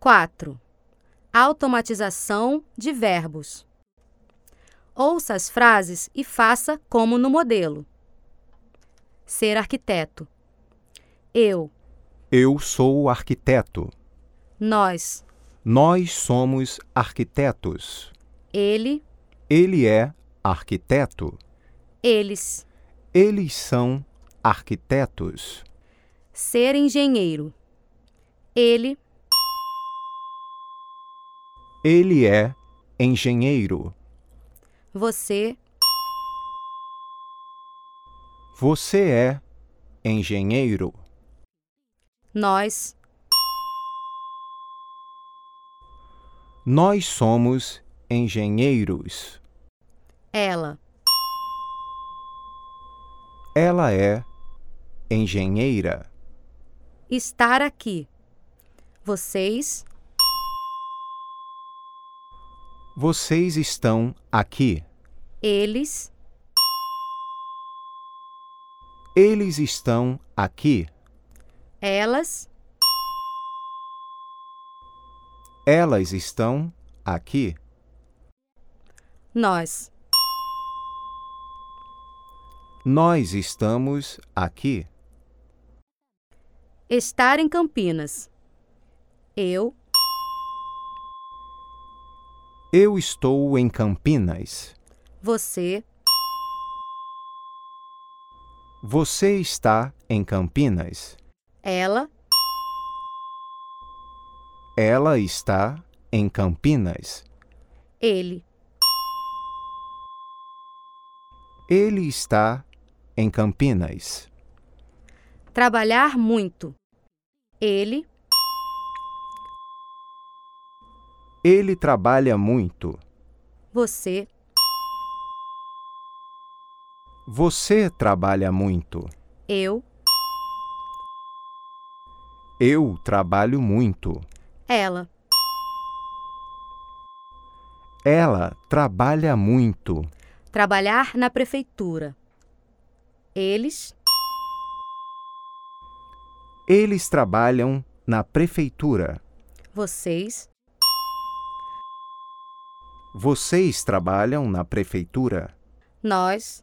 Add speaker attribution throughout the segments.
Speaker 1: 4. Automatização de verbos. Ouça as frases e faça como no modelo. Ser arquiteto. Eu,
Speaker 2: Eu sou arquiteto.
Speaker 1: nós,
Speaker 2: Nós somos arquitetos.
Speaker 1: ele,
Speaker 2: Ele é arquiteto.
Speaker 1: eles.
Speaker 2: Eles são arquitetos.
Speaker 1: Ser engenheiro. Ele,
Speaker 2: Ele é engenheiro.
Speaker 1: você,
Speaker 2: Você é engenheiro.
Speaker 1: nós,
Speaker 2: Nós somos engenheiros.
Speaker 1: ela,
Speaker 2: Ela é engenheira.
Speaker 1: estar aqui. Vocês,
Speaker 2: Vocês estão aqui.
Speaker 1: eles,
Speaker 2: Eles estão aqui.
Speaker 1: elas,
Speaker 2: Elas estão aqui.
Speaker 1: nós.
Speaker 2: Nós estamos aqui.
Speaker 1: Estar em Campinas. Eu,
Speaker 2: Eu estou em Campinas.
Speaker 1: você,
Speaker 2: Você está em Campinas.
Speaker 1: ela,
Speaker 2: Ela está em Campinas.
Speaker 1: ele.
Speaker 2: Ele está em Campinas.
Speaker 1: Trabalhar muito. Ele,
Speaker 2: Ele trabalha muito.
Speaker 1: você,
Speaker 2: Você trabalha muito.
Speaker 1: eu,
Speaker 2: Eu trabalho muito.
Speaker 1: ela.
Speaker 2: Ela trabalha muito.
Speaker 1: Trabalhar na prefeitura. Eles,
Speaker 2: Eles trabalham na prefeitura.
Speaker 1: vocês,
Speaker 2: Vocês trabalham na prefeitura.
Speaker 1: nós,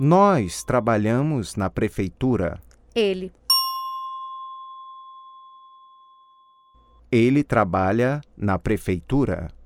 Speaker 2: Nós trabalhamos na prefeitura.
Speaker 1: ele,
Speaker 2: Ele trabalha na prefeitura.